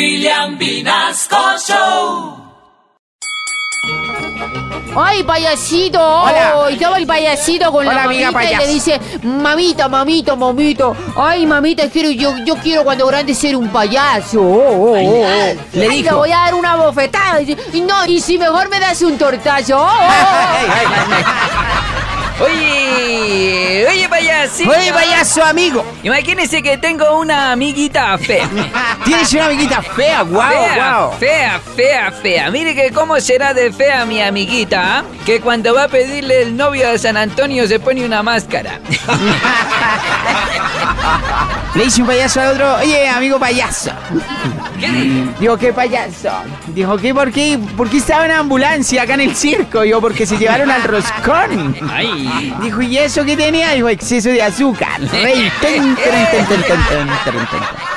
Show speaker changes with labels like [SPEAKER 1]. [SPEAKER 1] William Vinasco Show.
[SPEAKER 2] ¡Ay, payasito!
[SPEAKER 3] Hola.
[SPEAKER 2] Ay, Estaba el payasito con la
[SPEAKER 3] Hola,
[SPEAKER 2] mamita
[SPEAKER 3] amiga
[SPEAKER 2] y
[SPEAKER 3] payas.
[SPEAKER 2] le dice, mamita, mamita, mamito, ay, mamita, quiero, yo, yo quiero cuando grande ser un payaso. Oh, oh, oh, oh.
[SPEAKER 3] Le
[SPEAKER 2] Ay,
[SPEAKER 3] dijo.
[SPEAKER 2] Te voy a dar una bofetada. Dice, no, y si mejor me das un tortazo. Oh, oh,
[SPEAKER 4] Oye, oye payasito.
[SPEAKER 3] ¡Oye, payaso amigo!
[SPEAKER 4] Imagínense que tengo una amiguita fea.
[SPEAKER 3] Tienes una amiguita fea, guau,
[SPEAKER 4] fea,
[SPEAKER 3] guau.
[SPEAKER 4] fea, fea, fea. Mire que cómo será de fea mi amiguita, ¿ah? que cuando va a pedirle el novio a San Antonio se pone una máscara.
[SPEAKER 3] Le dice un payaso al otro, oye, amigo payaso.
[SPEAKER 4] ¿Qué dijo?
[SPEAKER 3] Digo, ¿qué payaso? Dijo, ¿qué? ¿Por qué? ¿Por qué estaba en ambulancia acá en el circo? Digo, porque se llevaron al roscón.
[SPEAKER 4] Ay.
[SPEAKER 3] Dijo, ¿y eso qué tenía? Dijo, exceso de azúcar. Rey, ten, ten, ten, ten, ten, ten, ten, ten.